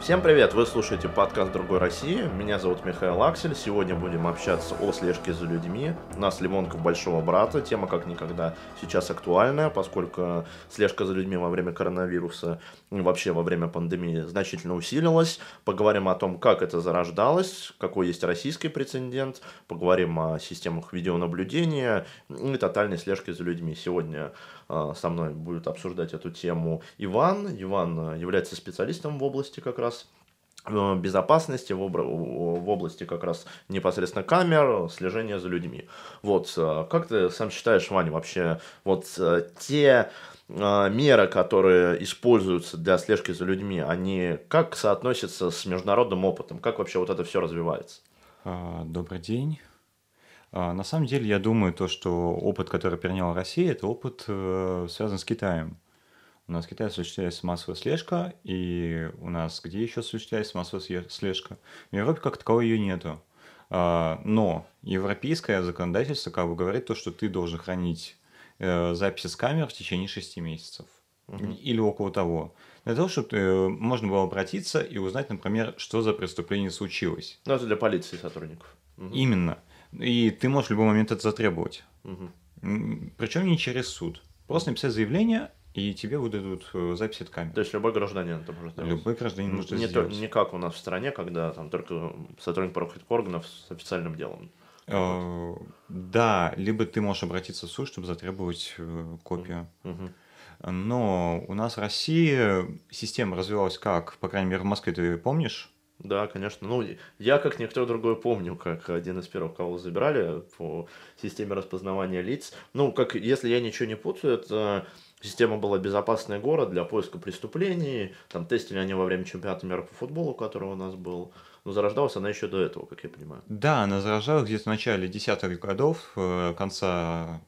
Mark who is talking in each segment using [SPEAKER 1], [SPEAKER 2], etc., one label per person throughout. [SPEAKER 1] Всем привет! Вы слушаете подкаст «Другой России». Меня зовут Михаил Аксель. Сегодня будем общаться о слежке за людьми. У нас лимонка большого брата. Тема как никогда сейчас актуальная, поскольку слежка за людьми во время коронавируса и вообще во время пандемии значительно усилилась. Поговорим о том, как это зарождалось, какой есть российский прецедент. Поговорим о системах видеонаблюдения и тотальной слежке за людьми. Сегодня э, со мной будет обсуждать эту тему Иван. Иван э, является специалистом в области как раз э, безопасности в, обра- в области как раз непосредственно камер, слежения за людьми. Вот, э, как ты сам считаешь, Ваня, вообще вот э, те э, меры, которые используются для слежки за людьми, они как соотносятся с международным опытом? Как вообще вот это все развивается?
[SPEAKER 2] А, Добрый день. А, На самом деле, я думаю, то, что опыт, который переняла Россия, это опыт э, связан с Китаем. У нас в Китае осуществляется массовая слежка, и у нас где еще осуществляется массовая сле- слежка? В Европе как таковой ее нету. А, Но европейское законодательство как бы говорит то, что ты должен хранить э, записи с камер в течение 6 месяцев. Или около того. Для того, чтобы э, можно было обратиться и узнать, например, что за преступление случилось.
[SPEAKER 1] Ну, это для полиции сотрудников. Мгм.
[SPEAKER 2] Именно. И ты можешь в любой момент это затребовать.
[SPEAKER 1] Мгм.
[SPEAKER 2] Причем не через суд. Просто написать заявление, и тебе выдадут э, запись от камеры.
[SPEAKER 1] То есть любой гражданин это может сделать?
[SPEAKER 2] Любой гражданин может это
[SPEAKER 1] не, то-
[SPEAKER 2] сделать.
[SPEAKER 1] не как у нас в стране, когда там только сотрудник правоохранительных органов с официальным делом.
[SPEAKER 2] Э, Да, либо ты можешь обратиться в суд, чтобы затребовать э, копию.
[SPEAKER 1] Мгм.
[SPEAKER 2] Но у нас в России система развивалась как, по крайней мере, в Москве ты помнишь?
[SPEAKER 1] Да, конечно. Ну, я, как никто другой, помню, как один из первых, кого забирали по системе распознавания лиц. Ну, как, если я ничего не путаю, это система была «Безопасный город» для поиска преступлений. Там тестили они во время чемпионата мира по футболу, который у нас был. Но зарождалась она еще до этого, как я понимаю.
[SPEAKER 2] Да, она заражалась где-то в начале десятых годов, э, конца,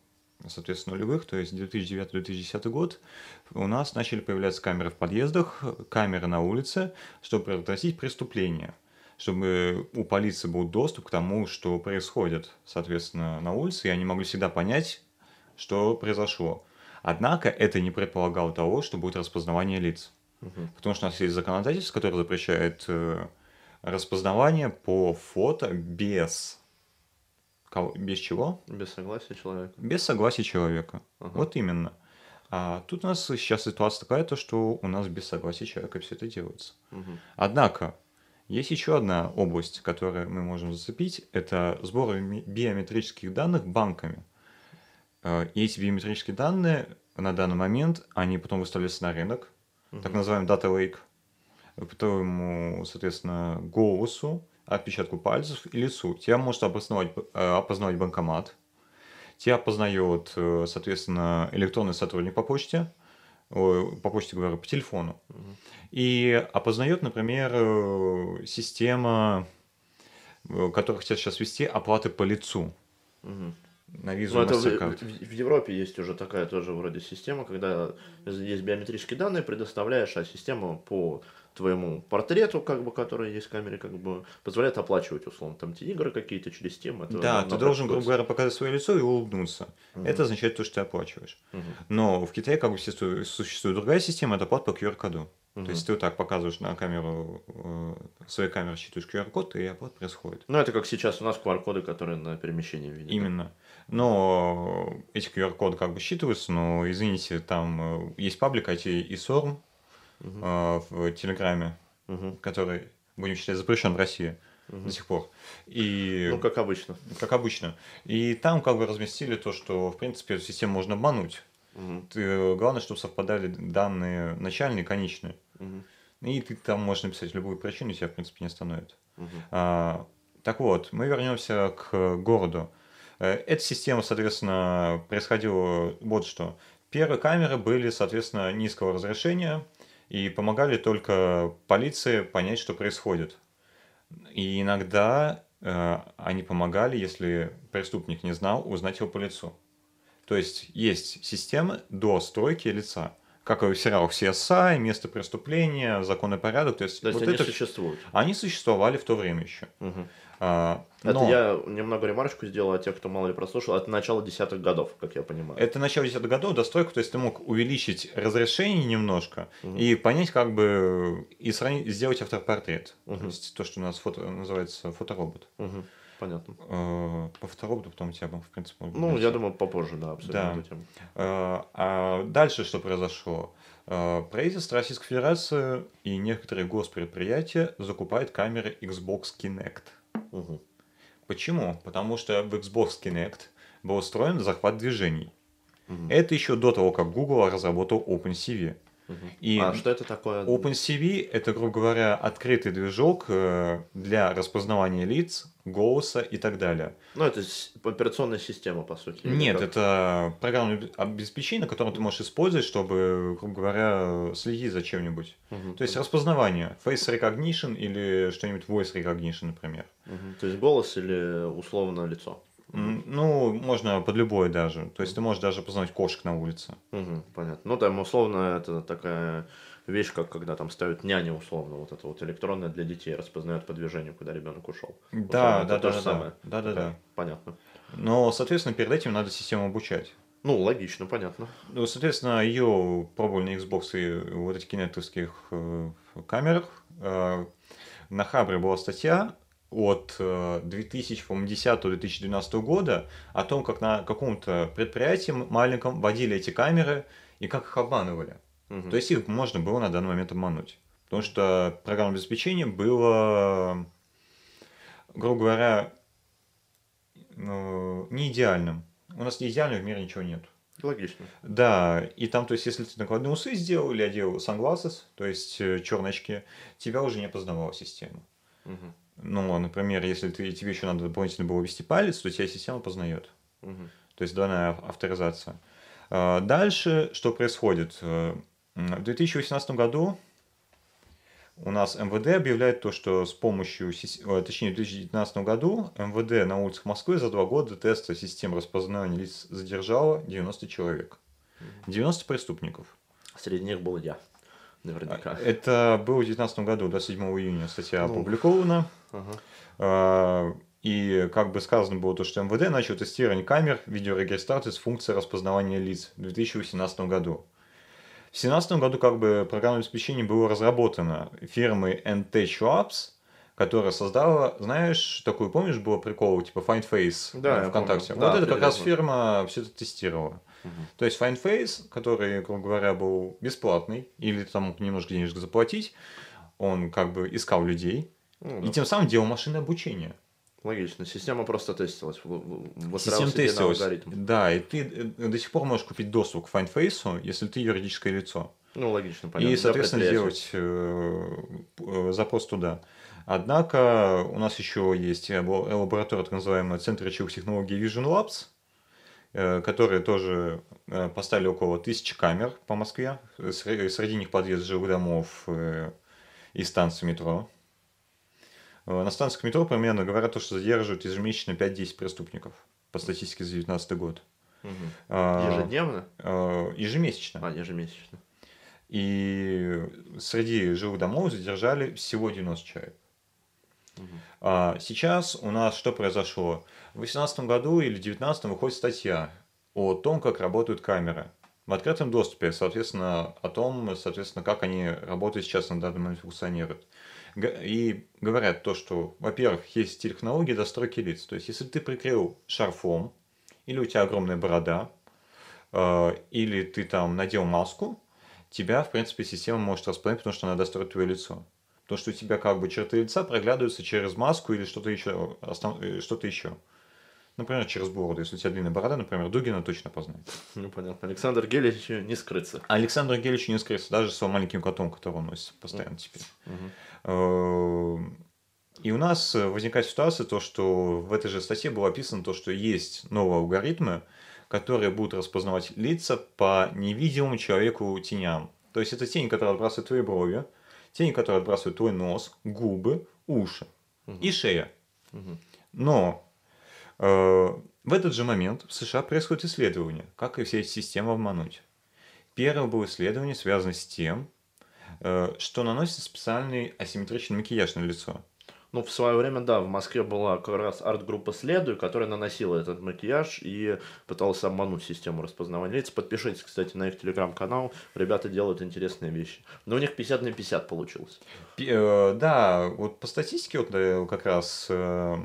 [SPEAKER 2] соответственно, нулевых, то есть 2009-2010 год, у нас начали появляться камеры в подъездах, камеры на улице, чтобы предотвратить преступления, чтобы у полиции был доступ к тому, что происходит, соответственно, на улице, и они могли всегда понять, что произошло. Однако это не предполагало того, что будет распознавание лиц.
[SPEAKER 1] Мгм.
[SPEAKER 2] Потому что у нас есть законодательство, которое запрещает э, распознавание по фото без... кого- Без чего?
[SPEAKER 1] Без согласия человека.
[SPEAKER 2] Без согласия человека.
[SPEAKER 1] Ага.
[SPEAKER 2] Вот именно. А тут у нас сейчас ситуация такая, то, что у нас без согласия человека все это делается.
[SPEAKER 1] Мгм.
[SPEAKER 2] Однако, есть еще одна область, которую мы можем зацепить, это сбор ми- биометрических данных банками. Э, И эти биометрические данные на данный момент, они потом выставляются на рынок, так
[SPEAKER 1] Мгм.
[SPEAKER 2] называемый Data Lake, по твоему, соответственно, голосу, отпечатку пальцев и лицу. Тебя может опознавать, б- э, опознавать банкомат, тебя опознает, э, соответственно, электронный сотрудник по почте, ой, по почте, говорю, по телефону.
[SPEAKER 1] Мгм.
[SPEAKER 2] И опознает, например, э, система, э, которая хотят сейчас вести оплаты по лицу
[SPEAKER 1] Мгм.
[SPEAKER 2] на
[SPEAKER 1] Ну,
[SPEAKER 2] визу
[SPEAKER 1] это в,
[SPEAKER 2] MasterCard.
[SPEAKER 1] в- в Европе есть уже такая тоже вроде система, когда есть биометрические данные, предоставляешь, а система по твоему портрету, как бы, который есть в камере, как бы, позволяет оплачивать, условно, там те игры какие-то через а тему. это
[SPEAKER 2] Да,
[SPEAKER 1] на-
[SPEAKER 2] ты
[SPEAKER 1] на
[SPEAKER 2] должен, грубо
[SPEAKER 1] практике.
[SPEAKER 2] говоря, показать свое лицо и улыбнуться.
[SPEAKER 1] Мгм.
[SPEAKER 2] Это означает то, что ты оплачиваешь.
[SPEAKER 1] Мгм.
[SPEAKER 2] Но в Китае как бы существует, существует другая система, это оплата по QR-коду.
[SPEAKER 1] Мгм.
[SPEAKER 2] То есть ты вот так показываешь на камеру, э, своей камерой считываешь QR-код, и оплата происходит.
[SPEAKER 1] Ну, это как сейчас у нас QR-коды, которые на перемещении видят.
[SPEAKER 2] Именно. Но эти QR-коды как бы считываются, но, извините, там э, есть паблик IT и SORM
[SPEAKER 1] Мгм.
[SPEAKER 2] э, в Телеграме,
[SPEAKER 1] Мгм.
[SPEAKER 2] который, будем считать, запрещен в России
[SPEAKER 1] Мгм.
[SPEAKER 2] до сих пор. И...
[SPEAKER 1] Ну, как обычно.
[SPEAKER 2] как обычно. И там как бы разместили то, что, в принципе, эту систему можно обмануть.
[SPEAKER 1] Мгм.
[SPEAKER 2] Ты- э, главное, чтобы совпадали данные начальные и конечные.
[SPEAKER 1] Мгм.
[SPEAKER 2] И ты там можешь написать любую причину, и тебя, в принципе, не остановит.
[SPEAKER 1] Мгм.
[SPEAKER 2] А, так вот, мы вернемся к городу. Э, Эта система, соответственно, происходила вот что. Первые камеры были, соответственно, низкого разрешения и помогали только полиции понять, что происходит. И иногда э, они помогали, если преступник не знал, узнать его по лицу. То есть есть система до стройки лица. как и в сериалах CSI, место преступления, закон и порядок. То есть,
[SPEAKER 1] То есть
[SPEAKER 2] вот
[SPEAKER 1] они
[SPEAKER 2] это...
[SPEAKER 1] существуют.
[SPEAKER 2] они существовали в то время еще.
[SPEAKER 1] Мгм.
[SPEAKER 2] А,
[SPEAKER 1] Это
[SPEAKER 2] но
[SPEAKER 1] я немного ремарочку сделал от тех, кто мало ли прослушал. Это начало десятых годов, как я понимаю.
[SPEAKER 2] это начало 10-х годов, достройку, то есть ты мог увеличить разрешение немножко
[SPEAKER 1] Мгм.
[SPEAKER 2] и понять, как бы, и сравнить, сделать автопортрет.
[SPEAKER 1] Мгм.
[SPEAKER 2] То есть то, что у нас фото, называется фоторобот.
[SPEAKER 1] Мгм. Понятно.
[SPEAKER 2] Э, По фотороботу потом тема, в принципе. можно
[SPEAKER 1] Ну, я
[SPEAKER 2] говорить.
[SPEAKER 1] думаю, попозже, да,
[SPEAKER 2] Да.
[SPEAKER 1] обсудим эту тему.
[SPEAKER 2] Э, А дальше что произошло? Э, Правительство Российской Федерации и некоторые госпредприятия закупают камеры Xbox Kinect.
[SPEAKER 1] Мгм.
[SPEAKER 2] Почему? Потому что в Xbox Kinect был устроен захват движений.
[SPEAKER 1] Мгм.
[SPEAKER 2] Это еще до того, как Google разработал OpenCV.
[SPEAKER 1] Мгм.
[SPEAKER 2] И
[SPEAKER 1] А что это такое?
[SPEAKER 2] OpenCV это, грубо говоря, открытый движок э, для распознавания лиц, голоса и так далее.
[SPEAKER 1] Ну, это с- операционная система, по сути. или
[SPEAKER 2] Нет,
[SPEAKER 1] как?
[SPEAKER 2] это программное обеспечение, которое ты можешь использовать, чтобы, грубо говоря, следить за чем-нибудь.
[SPEAKER 1] Мгм.
[SPEAKER 2] То есть распознавание, face recognition или что-нибудь voice recognition, например.
[SPEAKER 1] Мгм. То есть голос или условно лицо.
[SPEAKER 2] М, Ну, можно под любое даже. То есть ты можешь даже познать кошек на улице.
[SPEAKER 1] Мгм, понятно. Ну, там, условно, это такая вещь, как когда там ставят няня, условно, вот это вот электронное для детей, распознает по движению, куда ребенок ушел. ну,
[SPEAKER 2] Да,
[SPEAKER 1] это
[SPEAKER 2] да,
[SPEAKER 1] то
[SPEAKER 2] да,
[SPEAKER 1] же
[SPEAKER 2] да,
[SPEAKER 1] самое.
[SPEAKER 2] да, да, да.
[SPEAKER 1] Понятно.
[SPEAKER 2] Но, соответственно, перед этим надо систему обучать.
[SPEAKER 1] Ну, логично, понятно.
[SPEAKER 2] Ну, соответственно, ее пробовали на Xbox и вот этих кинетовских э, камерах. Э, На Хабре была статья от э, 2010 до 2012 года о том, как на каком-то предприятии м- маленьком водили эти камеры и как их обманывали.
[SPEAKER 1] Мгм.
[SPEAKER 2] То есть их можно было на данный момент обмануть. Потому что программное обеспечение было, грубо говоря, ну, не идеальным. У нас не идеального в мире ничего нет.
[SPEAKER 1] Логично.
[SPEAKER 2] Да, и там, то есть, если ты накладные усы сделал или одел sunglasses, то есть черные очки, тебя уже не опознавала система.
[SPEAKER 1] Мгм,
[SPEAKER 2] Ну, например, если ты, тебе еще надо дополнительно было ввести палец, то тебя система познает.
[SPEAKER 1] мгм.
[SPEAKER 2] То есть данная ав- авторизация. А, Дальше что происходит? Э, м, В 2018 году у нас МВД объявляет то, что с помощью, сис- э, точнее, в 2019 году МВД на улицах Москвы за два года теста систем распознавания лиц задержало 90 человек. 90 преступников.
[SPEAKER 1] Среди них был я.
[SPEAKER 2] А,
[SPEAKER 1] Наверняка.
[SPEAKER 2] э, Это было в 2019 году, 27 июня статья
[SPEAKER 1] Ну.
[SPEAKER 2] опубликована.
[SPEAKER 1] Ага.
[SPEAKER 2] А, И как бы сказано было то, что МВД начал тестирование камер видеорегистрации с функцией распознавания лиц в 2018 году. В 2017 году как бы программное обеспечение было разработано фирмой NTech Labs, которая создала, знаешь, такую, помнишь, было прикол, типа Find Face
[SPEAKER 1] Да,
[SPEAKER 2] э,
[SPEAKER 1] я
[SPEAKER 2] ВКонтакте.
[SPEAKER 1] помню.
[SPEAKER 2] Вот
[SPEAKER 1] Да,
[SPEAKER 2] это как раз
[SPEAKER 1] определенно.
[SPEAKER 2] фирма все это тестировала.
[SPEAKER 1] Мгм.
[SPEAKER 2] То есть Find Face, который, грубо говоря, был бесплатный, или там мог немножко денежек заплатить, он как бы искал людей,
[SPEAKER 1] Ну,
[SPEAKER 2] и
[SPEAKER 1] да.
[SPEAKER 2] тем самым делал машинное обучение.
[SPEAKER 1] Логично. Система просто тестилась. в- в- выстраивался
[SPEAKER 2] Систем
[SPEAKER 1] единый
[SPEAKER 2] тестилась.
[SPEAKER 1] алгоритм.
[SPEAKER 2] Да, и ты э, до сих пор можешь купить доступ к FindFace, если ты юридическое лицо.
[SPEAKER 1] Ну, логично, понятно.
[SPEAKER 2] и,
[SPEAKER 1] Для
[SPEAKER 2] соответственно,
[SPEAKER 1] предприятия.
[SPEAKER 2] делать э, э, запрос туда. Однако у нас еще есть э, лабо- э, лаборатория, так называемая Центр речевых технологий Vision Labs, э, которые тоже э, поставили около тысячи камер по Москве. Э, сре- Среди них подъезд жилых домов э, и станции метро. Э, На станциях метро примерно говорят, то, что задерживают ежемесячно 5-10 преступников по статистике за 2019 год.
[SPEAKER 1] Мгм.
[SPEAKER 2] А,
[SPEAKER 1] Ежедневно?
[SPEAKER 2] э, Ежемесячно.
[SPEAKER 1] А, ежемесячно.
[SPEAKER 2] И среди жилых домов задержали всего 90 человек.
[SPEAKER 1] Мгм.
[SPEAKER 2] А сейчас у нас что произошло? В 2018 году или 2019 выходит статья о том, как работают камеры. В открытом доступе, соответственно, о том, соответственно, как они работают сейчас на данный момент функционируют. Г- И говорят то, что, во-первых, есть технологии достройки лиц. То есть, если ты прикрыл шарфом, или у тебя огромная борода, э, или ты там надел маску, тебя, в принципе, система может распознать, потому что она достроит твое лицо. То, что у тебя как бы черты лица проглядываются через маску или что-то еще, основ- э, что-то еще. Например, через бороду. Если у тебя длинная борода, например, Дугина точно познает.
[SPEAKER 1] Ну, понятно. Александр Гелич э, не скрыться.
[SPEAKER 2] А Александр Гелич не скрылся даже с своим маленьким котом, которого он носит постоянно теперь.
[SPEAKER 1] Мгм.
[SPEAKER 2] Эм, И у нас э, возникает ситуация, то, что в этой же статье было описано то, что есть новые алгоритмы, которые будут распознавать лица по невидимым человеку теням. То есть это тени, которые отбрасывают твои брови, тени, которые отбрасывают твой нос, губы, уши
[SPEAKER 1] Мгм.
[SPEAKER 2] и шея.
[SPEAKER 1] Мгм.
[SPEAKER 2] Но э, в этот же момент в США происходит исследование, как и все эти системы обмануть. Первое было исследование связано с тем, э, что наносится специальный асимметричный макияж на лицо.
[SPEAKER 1] Ну, в свое время, да, в Москве была как раз арт-группа «Следуй», которая наносила этот макияж и пыталась обмануть систему распознавания лиц. Подпишитесь, кстати, на их телеграм-канал. Ребята делают интересные вещи. Но у них 50 на 50 получилось.
[SPEAKER 2] Пи- э, Да, вот по статистике вот э, как раз э,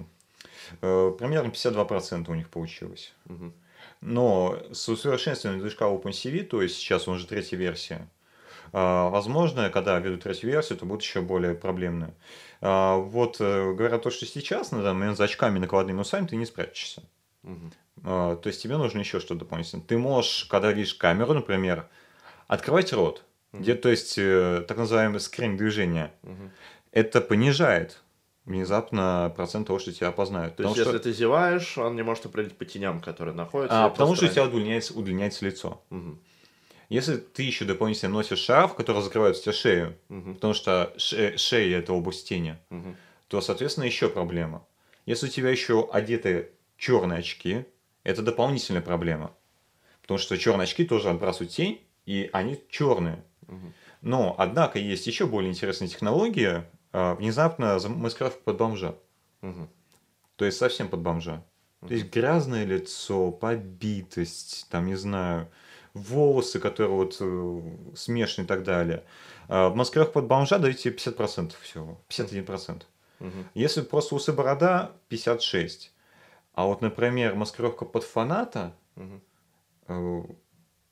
[SPEAKER 2] э, примерно 52% у них получилось.
[SPEAKER 1] Мгм.
[SPEAKER 2] Но с усовершенствованием движка OpenCV, то есть сейчас он уже третья версия, а, возможно, когда введут третью версию, то будут еще более проблемные. А, Вот э, говорят то, что сейчас на данный момент за очками накладными усами ты не спрячешься.
[SPEAKER 1] Мгм.
[SPEAKER 2] А, То есть тебе нужно еще что-то дополнительное. Ты можешь, когда видишь камеру, например, открывать рот.
[SPEAKER 1] Мгм.
[SPEAKER 2] Где, то есть э, так называемый скрин движения.
[SPEAKER 1] Мгм.
[SPEAKER 2] Это понижает внезапно процент того, что тебя опознают.
[SPEAKER 1] То есть,
[SPEAKER 2] Потому
[SPEAKER 1] если
[SPEAKER 2] что-
[SPEAKER 1] ты зеваешь, он не может определить по теням, которые находятся.
[SPEAKER 2] а,
[SPEAKER 1] по
[SPEAKER 2] потому что у тебя
[SPEAKER 1] стране.
[SPEAKER 2] удлиняется, удлиняется лицо.
[SPEAKER 1] Мгм.
[SPEAKER 2] Если ты еще дополнительно носишь шарф, который закрывает у тебя шею,
[SPEAKER 1] Мгм.
[SPEAKER 2] потому что ше- шея это область тени,
[SPEAKER 1] Мгм.
[SPEAKER 2] то, соответственно, еще проблема. Если у тебя еще одеты черные очки, это дополнительная проблема. Потому что черные очки тоже отбрасывают тень, и они черные.
[SPEAKER 1] Мгм.
[SPEAKER 2] Но, однако, есть еще более интересная технология, а, внезапно замаскировка под бомжа.
[SPEAKER 1] Мгм.
[SPEAKER 2] То есть совсем под бомжа. То есть грязное лицо, побитость, там, не знаю, волосы, которые вот э, смешаны и так далее. А В маскировке под бомжа даете 50% всего. 51%.
[SPEAKER 1] Мгм.
[SPEAKER 2] Если просто усы борода, 56. А вот, например, маскировка под фаната,
[SPEAKER 1] Мгм.
[SPEAKER 2] э,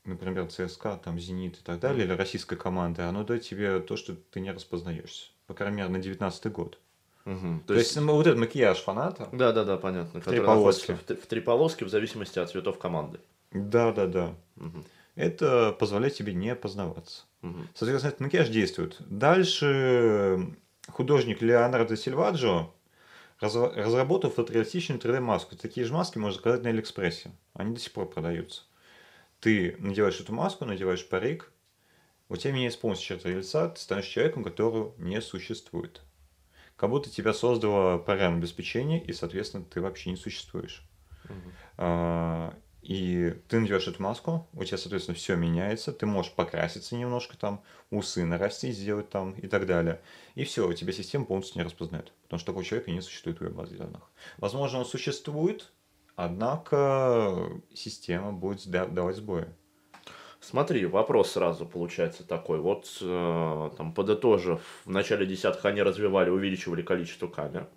[SPEAKER 2] например, ЦСКА, там, Зенит и так далее, или российской команды, оно дает тебе то, что ты не распознаешься. По крайней мере, на 19 год.
[SPEAKER 1] Мгм.
[SPEAKER 2] То, есть, ну, вот этот макияж фаната.
[SPEAKER 1] Да, да, да, понятно.
[SPEAKER 2] три
[SPEAKER 1] Которые
[SPEAKER 2] полоски.
[SPEAKER 1] находятся В, т- в три полоски в зависимости от цветов команды.
[SPEAKER 2] Да, да, да.
[SPEAKER 1] Мгм.
[SPEAKER 2] Это позволяет тебе не опознаваться.
[SPEAKER 1] Мгм.
[SPEAKER 2] Соответственно, этот макияж действует. Дальше художник Леонардо Сильваджо, разра- разработал фотореалистичную 3D-маску. Такие же маски можно заказать на Алиэкспрессе. Они до сих пор продаются. Ты надеваешь эту маску, надеваешь парик, у тебя меняется полностью черты лица, ты становишься человеком, которого не существует. Как будто тебя создало программное обеспечение, и, соответственно, ты вообще не существуешь.
[SPEAKER 1] Мгм.
[SPEAKER 2] А, И ты надеваешь эту маску, у тебя, соответственно, все меняется, ты можешь покраситься немножко там, усы нарастить, сделать там и так далее. И все, у тебя система полностью не распознает, потому что такого человека не существует в ее базе данных. Возможно, он существует, однако система будет сда- давать сбои.
[SPEAKER 1] Смотри, вопрос сразу получается такой. Вот, э, там, подытожив, в начале десятых они развивали, увеличивали количество камер.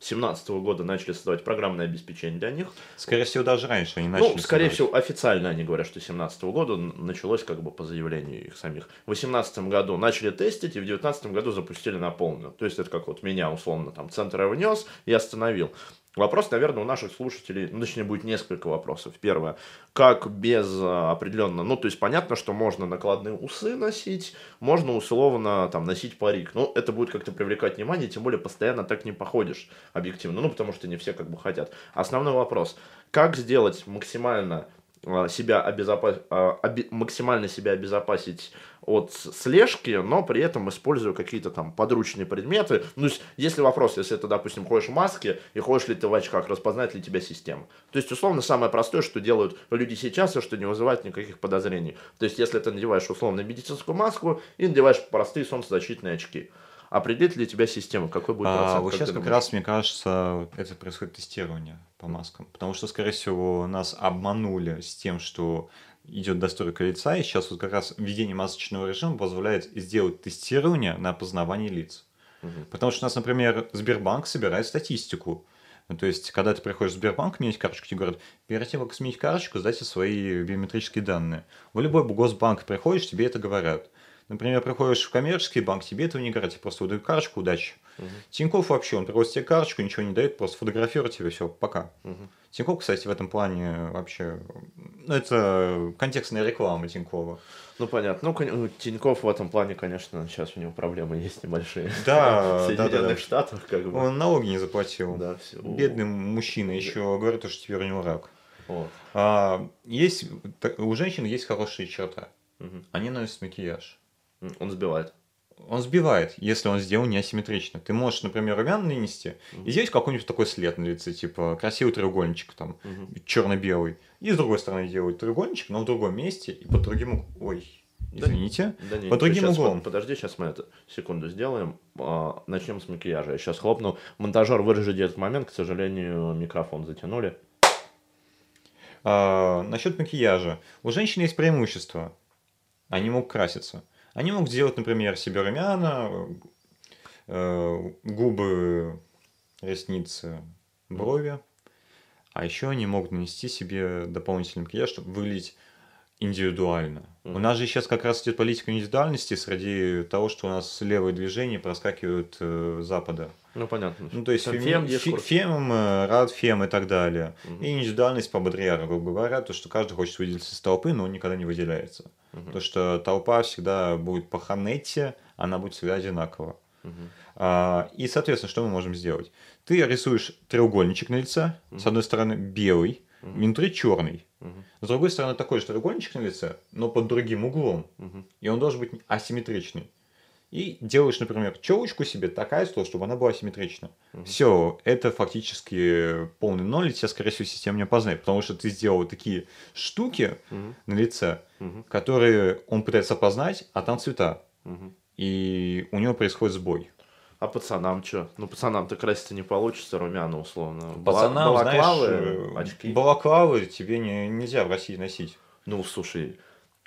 [SPEAKER 1] С 17 года начали создавать программное обеспечение для них.
[SPEAKER 2] Скорее всего, даже раньше они начали.
[SPEAKER 1] ну, скорее
[SPEAKER 2] создавать.
[SPEAKER 1] всего, официально они говорят, что 17 года н- началось как бы по заявлению их самих. В 18 году начали тестить, и в 19 году запустили на полную. То есть это как вот меня, условно, там, центр я внес и остановил. Вопрос, наверное, у наших слушателей, ну, точнее, будет несколько вопросов. Первое, как без а, определенно, ну, то есть понятно, что можно накладные усы носить, можно условно там носить парик. Ну, это будет как-то привлекать внимание, тем более постоянно так не походишь объективно, ну, потому что не все как бы хотят. Основной вопрос, как сделать максимально а, себя обезопа- а, обе- максимально себя обезопасить от слежки, но при этом используя какие-то там подручные предметы. Ну, с- если вопрос, если ты, допустим, ходишь в маске и ходишь ли ты в очках, распознает ли тебя система. То есть, условно, самое простое, что делают люди сейчас, и что не вызывает никаких подозрений. То есть, если ты надеваешь условно медицинскую маску и надеваешь простые солнцезащитные очки, определит ли тебя система, какой будет
[SPEAKER 2] А,
[SPEAKER 1] процент?
[SPEAKER 2] вот
[SPEAKER 1] как
[SPEAKER 2] сейчас
[SPEAKER 1] ты
[SPEAKER 2] как
[SPEAKER 1] думаешь?
[SPEAKER 2] раз, мне кажется, это происходит тестирование по маскам. Потому что, скорее всего, нас обманули с тем, что идет достройка лица, и сейчас вот как раз введение масочного режима позволяет сделать тестирование на опознавание лиц.
[SPEAKER 1] Мгм.
[SPEAKER 2] Потому что у нас, например, Сбербанк собирает статистику. Ну, то есть, когда ты приходишь в Сбербанк, менять карточку, тебе говорят, перед тем, как сменить карточку, сдайте свои биометрические данные. В любой госбанк приходишь, тебе это говорят. Например, приходишь в коммерческий банк, тебе этого не говорят, тебе просто выдают карточку, удачи.
[SPEAKER 1] Мгм.
[SPEAKER 2] Тиньков вообще, он привозит тебе карточку, ничего не дает, просто фотографирует тебе, все, пока.
[SPEAKER 1] Мгм.
[SPEAKER 2] Тиньков, кстати, в этом плане вообще... Ну, это контекстная реклама Тинькова.
[SPEAKER 1] Ну, понятно. Ну, кон- ну, Тиньков в этом плане, конечно, сейчас у него проблемы есть небольшие. В
[SPEAKER 2] Да, да, да, да.
[SPEAKER 1] Соединенных Штатах, как бы.
[SPEAKER 2] Он налоги не заплатил.
[SPEAKER 1] Да, все.
[SPEAKER 2] Бедный мужчина еще говорит, то, что теперь у него рак.
[SPEAKER 1] Вот.
[SPEAKER 2] А, есть, та- у женщин есть хорошие черта.
[SPEAKER 1] Мгм.
[SPEAKER 2] Они носят макияж.
[SPEAKER 1] М, Он сбивает.
[SPEAKER 2] Он сбивает, если он сделан неасимметрично. Ты можешь, например, румян нанести
[SPEAKER 1] Мгм.
[SPEAKER 2] и сделать какой-нибудь такой след на лице, типа красивый треугольничек там, черно-белый. И с другой стороны делают треугольничек, но в другом месте и под другим... уг- Ой, извините.
[SPEAKER 1] Да не,
[SPEAKER 2] Под другим
[SPEAKER 1] щас
[SPEAKER 2] углом.
[SPEAKER 1] мы- подожди, сейчас мы это секунду сделаем. А, начнем с макияжа. Я сейчас хлопну. Монтажер вырежет этот момент, к сожалению, микрофон затянули.
[SPEAKER 2] насчет А, макияжа. У женщин есть преимущество. Они могут краситься. Они могут сделать, например, себе румяна, э, губы, ресницы, брови. А еще они могут нанести себе дополнительный макияж, чтобы выглядеть индивидуально. У
[SPEAKER 1] Мгм.
[SPEAKER 2] нас же сейчас как раз идет политика индивидуальности среди того, что у нас левые движения проскакивают э, запада.
[SPEAKER 1] Ну, понятно.
[SPEAKER 2] Ну, то есть
[SPEAKER 1] Там
[SPEAKER 2] феми...
[SPEAKER 1] фем,
[SPEAKER 2] фе-
[SPEAKER 1] дискурс.
[SPEAKER 2] фемом, э, рад фем и так далее.
[SPEAKER 1] Мгм.
[SPEAKER 2] И индивидуальность по Бодрияра, грубо говоря, то, что каждый хочет выделиться из толпы, но он никогда не выделяется.
[SPEAKER 1] Мгм.
[SPEAKER 2] То, что толпа всегда будет по ханете, она будет всегда одинакова.
[SPEAKER 1] Мгм.
[SPEAKER 2] А, и, соответственно, что мы можем сделать? Ты рисуешь треугольничек на лице, с
[SPEAKER 1] Мгм.
[SPEAKER 2] одной стороны белый,
[SPEAKER 1] Мгм.
[SPEAKER 2] внутри черный.
[SPEAKER 1] Мгм.
[SPEAKER 2] С другой стороны, такой же треугольничек на лице, но под другим углом.
[SPEAKER 1] Мгм.
[SPEAKER 2] И он должен быть асимметричный. И делаешь, например, челочку себе такая, что- чтобы она была асимметрична.
[SPEAKER 1] Мгм.
[SPEAKER 2] Все, это фактически полный ноль, и тебя, скорее всего, система не опознает, потому что ты сделал такие штуки
[SPEAKER 1] Мгм.
[SPEAKER 2] на лице,
[SPEAKER 1] Мгм.
[SPEAKER 2] которые он пытается опознать, а там цвета.
[SPEAKER 1] Мгм.
[SPEAKER 2] И у него происходит сбой.
[SPEAKER 1] А пацанам что? Ну, пацанам-то краситься не получится, румяна условно. Бала-
[SPEAKER 2] Пацанам,
[SPEAKER 1] балаклавы,
[SPEAKER 2] знаешь, э,
[SPEAKER 1] очки.
[SPEAKER 2] балаклавы тебе не, нельзя в России носить.
[SPEAKER 1] Ну, слушай,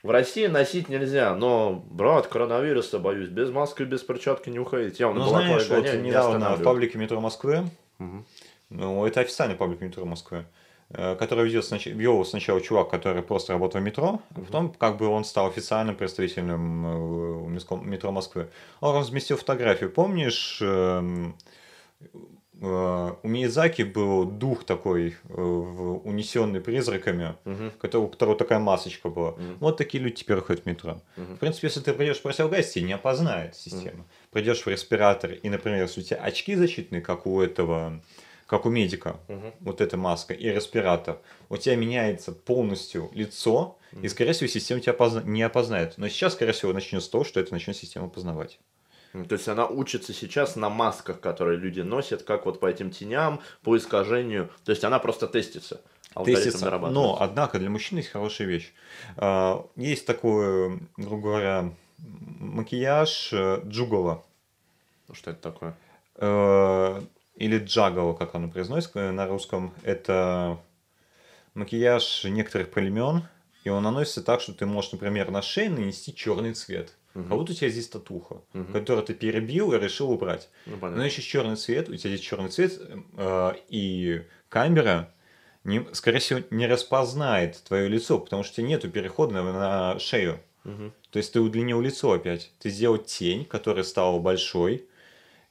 [SPEAKER 1] в России носить нельзя, но, брат, коронавируса боюсь, без маски, без перчатки не уходить. Я вон на
[SPEAKER 2] Ну,
[SPEAKER 1] балаклаве
[SPEAKER 2] знаешь, вот
[SPEAKER 1] гоняю, не
[SPEAKER 2] недавно в
[SPEAKER 1] останавливаю.
[SPEAKER 2] паблике метро Москвы
[SPEAKER 1] Мгм.
[SPEAKER 2] Ну, это официальный паблик метро Москвы, э, который ведет снач- вел сначала чувак, который просто работал в метро, а
[SPEAKER 1] Мгм.
[SPEAKER 2] потом как бы он стал официальным представителем э, в миско- метро Москвы. Он разместил фотографию. Помнишь, эм, э, у Миядзаки был дух такой, э, в- унесенный призраками,
[SPEAKER 1] Мгм.
[SPEAKER 2] у которого, у которого такая масочка была.
[SPEAKER 1] Мгм.
[SPEAKER 2] Вот такие люди теперь ходят в метро.
[SPEAKER 1] Мгм.
[SPEAKER 2] В принципе, если ты придешь в противогазе, тебя не опознает система. Придешь в респиратор, и, например, если у тебя очки защитные, как у этого, как у медика,
[SPEAKER 1] Мгм.
[SPEAKER 2] вот эта маска и респиратор, у тебя меняется полностью лицо, и,
[SPEAKER 1] Мгм.
[SPEAKER 2] скорее всего, система тебя опозна- не опознает. Но сейчас, скорее всего, начнется с того, что это начнет система познавать.
[SPEAKER 1] Ну, То есть она учится сейчас на масках, которые люди носят, как вот по этим теням, по искажению. То есть она просто тестится. алгоритм
[SPEAKER 2] Тестится.
[SPEAKER 1] дорабатывается.
[SPEAKER 2] Но, а однако, для мужчин есть хорошая вещь. А, Есть такое, грубо говоря, макияж э, джугала.
[SPEAKER 1] Ну, Что это такое?
[SPEAKER 2] Э, или джагал, как оно произносится на русском, это макияж некоторых племен, и он наносится так, что ты можешь, например, на шею нанести черный цвет.
[SPEAKER 1] Мгм.
[SPEAKER 2] А вот у тебя здесь татуха,
[SPEAKER 1] Мгм.
[SPEAKER 2] которую ты перебил и решил убрать.
[SPEAKER 1] Ну,
[SPEAKER 2] Но
[SPEAKER 1] понятно.
[SPEAKER 2] еще черный цвет, у тебя здесь черный цвет, э, и камера, не- скорее всего, не распознает твое лицо, потому что нету перехода на, на шею.
[SPEAKER 1] Мгм.
[SPEAKER 2] То есть ты удлинил лицо опять. Ты сделал тень, которая стала большой,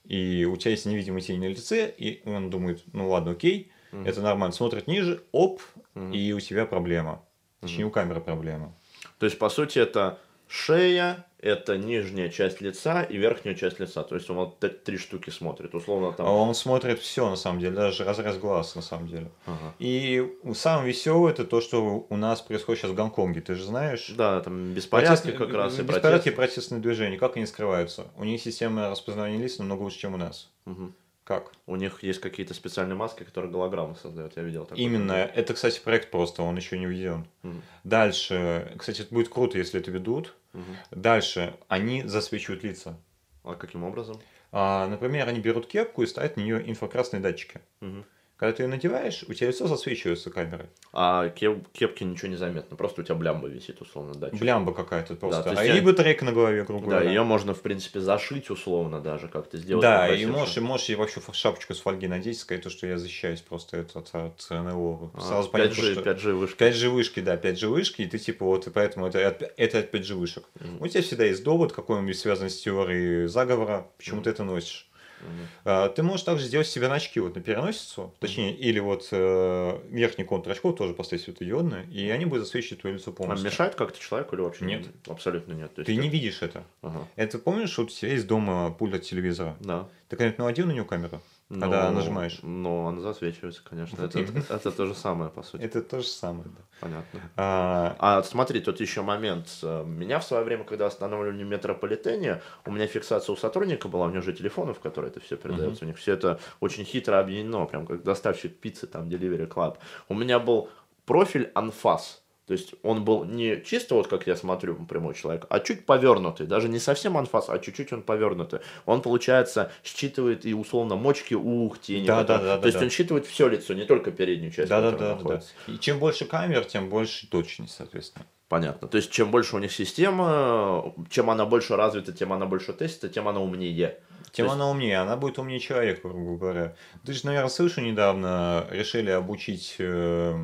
[SPEAKER 2] и у тебя есть невидимая тень на лице, и он думает, ну ладно, окей,
[SPEAKER 1] Мгм.
[SPEAKER 2] это нормально. Смотрит ниже, оп,
[SPEAKER 1] Мгм.
[SPEAKER 2] и у тебя проблема. Точнее, у камеры проблема.
[SPEAKER 1] То есть, по сути, это шея, это нижняя часть лица и верхняя часть лица. То есть он вот т- три штуки смотрит. Условно
[SPEAKER 2] А
[SPEAKER 1] там.
[SPEAKER 2] он смотрит все, на самом деле, даже разрез глаз, на самом деле.
[SPEAKER 1] Ага.
[SPEAKER 2] И самое веселое это то, что у нас происходит сейчас в Гонконге, ты же знаешь?
[SPEAKER 1] Да, там беспорядки
[SPEAKER 2] Протестные-
[SPEAKER 1] как раз и
[SPEAKER 2] беспорядки
[SPEAKER 1] протесты.
[SPEAKER 2] и протестные движения, как они скрываются? У них система распознавания лиц намного лучше, чем у нас.
[SPEAKER 1] Мгм.
[SPEAKER 2] Как?
[SPEAKER 1] У них есть какие-то специальные маски, которые голограммы создают. Я видел такое.
[SPEAKER 2] Именно. Это, кстати, проект просто, он еще не введен.
[SPEAKER 1] Мгм.
[SPEAKER 2] Дальше, кстати, это будет круто, если это ведут.
[SPEAKER 1] Мгм.
[SPEAKER 2] Дальше, они засвечивают лица.
[SPEAKER 1] А каким образом?
[SPEAKER 2] А, например, они берут кепку и ставят на нее инфракрасные датчики.
[SPEAKER 1] Мгм.
[SPEAKER 2] Когда ты ее надеваешь, у тебя лицо засвечивается камерой.
[SPEAKER 1] А кеп- кепки ничего не заметно. Просто у тебя блямба висит, условно, датчик.
[SPEAKER 2] Блямба какая-то просто.
[SPEAKER 1] то есть
[SPEAKER 2] а
[SPEAKER 1] я-
[SPEAKER 2] либо трек на голове, грубо
[SPEAKER 1] Да,
[SPEAKER 2] говоря.
[SPEAKER 1] ее можно, в принципе, зашить условно даже как-то сделать.
[SPEAKER 2] Да, и
[SPEAKER 1] попросивши.
[SPEAKER 2] можешь, и можешь ей вообще ф- шапочку с фольги надеть, сказать, то, что я защищаюсь просто это от, от НЛО.
[SPEAKER 1] А,
[SPEAKER 2] Сразу
[SPEAKER 1] 5G,
[SPEAKER 2] понятно, что...
[SPEAKER 1] 5G вышка.
[SPEAKER 2] 5G вышки, да, 5G вышки, и ты типа вот, и поэтому это, от- это от 5G вышек.
[SPEAKER 1] Мгм.
[SPEAKER 2] У тебя всегда есть довод, какой-нибудь связан с теорией заговора, почему
[SPEAKER 1] Мгм.
[SPEAKER 2] ты это носишь.
[SPEAKER 1] Мгм.
[SPEAKER 2] А, Ты можешь также сделать себе на очки вот на переносицу, точнее, или вот э, верхний контур очков тоже поставить светодиодные, и они будут засвечивать твое лицо
[SPEAKER 1] А
[SPEAKER 2] полностью.
[SPEAKER 1] мешает как-то человеку или вообще?
[SPEAKER 2] Нет.
[SPEAKER 1] Абсолютно нет. То есть
[SPEAKER 2] Ты не
[SPEAKER 1] это-
[SPEAKER 2] видишь это.
[SPEAKER 1] Ага.
[SPEAKER 2] Это помнишь, вот у тебя есть дома пульт от телевизора.
[SPEAKER 1] Да.
[SPEAKER 2] Ты когда-нибудь наводил на него камеру?
[SPEAKER 1] Но-
[SPEAKER 2] Когда нажимаешь.
[SPEAKER 1] Но она засвечивается, конечно.
[SPEAKER 2] Вот
[SPEAKER 1] Это,
[SPEAKER 2] именно.
[SPEAKER 1] это то же самое, по сути.
[SPEAKER 2] Это то же самое. да.
[SPEAKER 1] Понятно.
[SPEAKER 2] А,
[SPEAKER 1] А смотри, тут еще момент. Э, Меня в свое время, когда останавливали в метрополитене, у меня фиксация у сотрудника была, у него же телефоны, в которые это все передается. У них все это очень хитро объединено, прям как доставщик пиццы, там, Delivery Club. У меня был профиль анфас. То есть он был не чисто, вот как я смотрю, прямой человек, а чуть повернутый. Даже не совсем анфас, а чуть-чуть он повернутый. Он, получается, считывает и условно мочки ух, тени.
[SPEAKER 2] Да,
[SPEAKER 1] вот это.
[SPEAKER 2] да, да,
[SPEAKER 1] То
[SPEAKER 2] да,
[SPEAKER 1] есть
[SPEAKER 2] да.
[SPEAKER 1] он считывает все лицо, не только переднюю часть.
[SPEAKER 2] Да, да,
[SPEAKER 1] которая
[SPEAKER 2] да, да.
[SPEAKER 1] находится.
[SPEAKER 2] И чем больше камер, тем больше точность, соответственно.
[SPEAKER 1] Понятно. То есть чем больше у них система, чем она больше развита, тем она больше тестит, тем она умнее.
[SPEAKER 2] Тем
[SPEAKER 1] То есть-
[SPEAKER 2] она умнее, она будет умнее человека, грубо говоря. Ты же, наверное, слышал недавно, решили обучить э,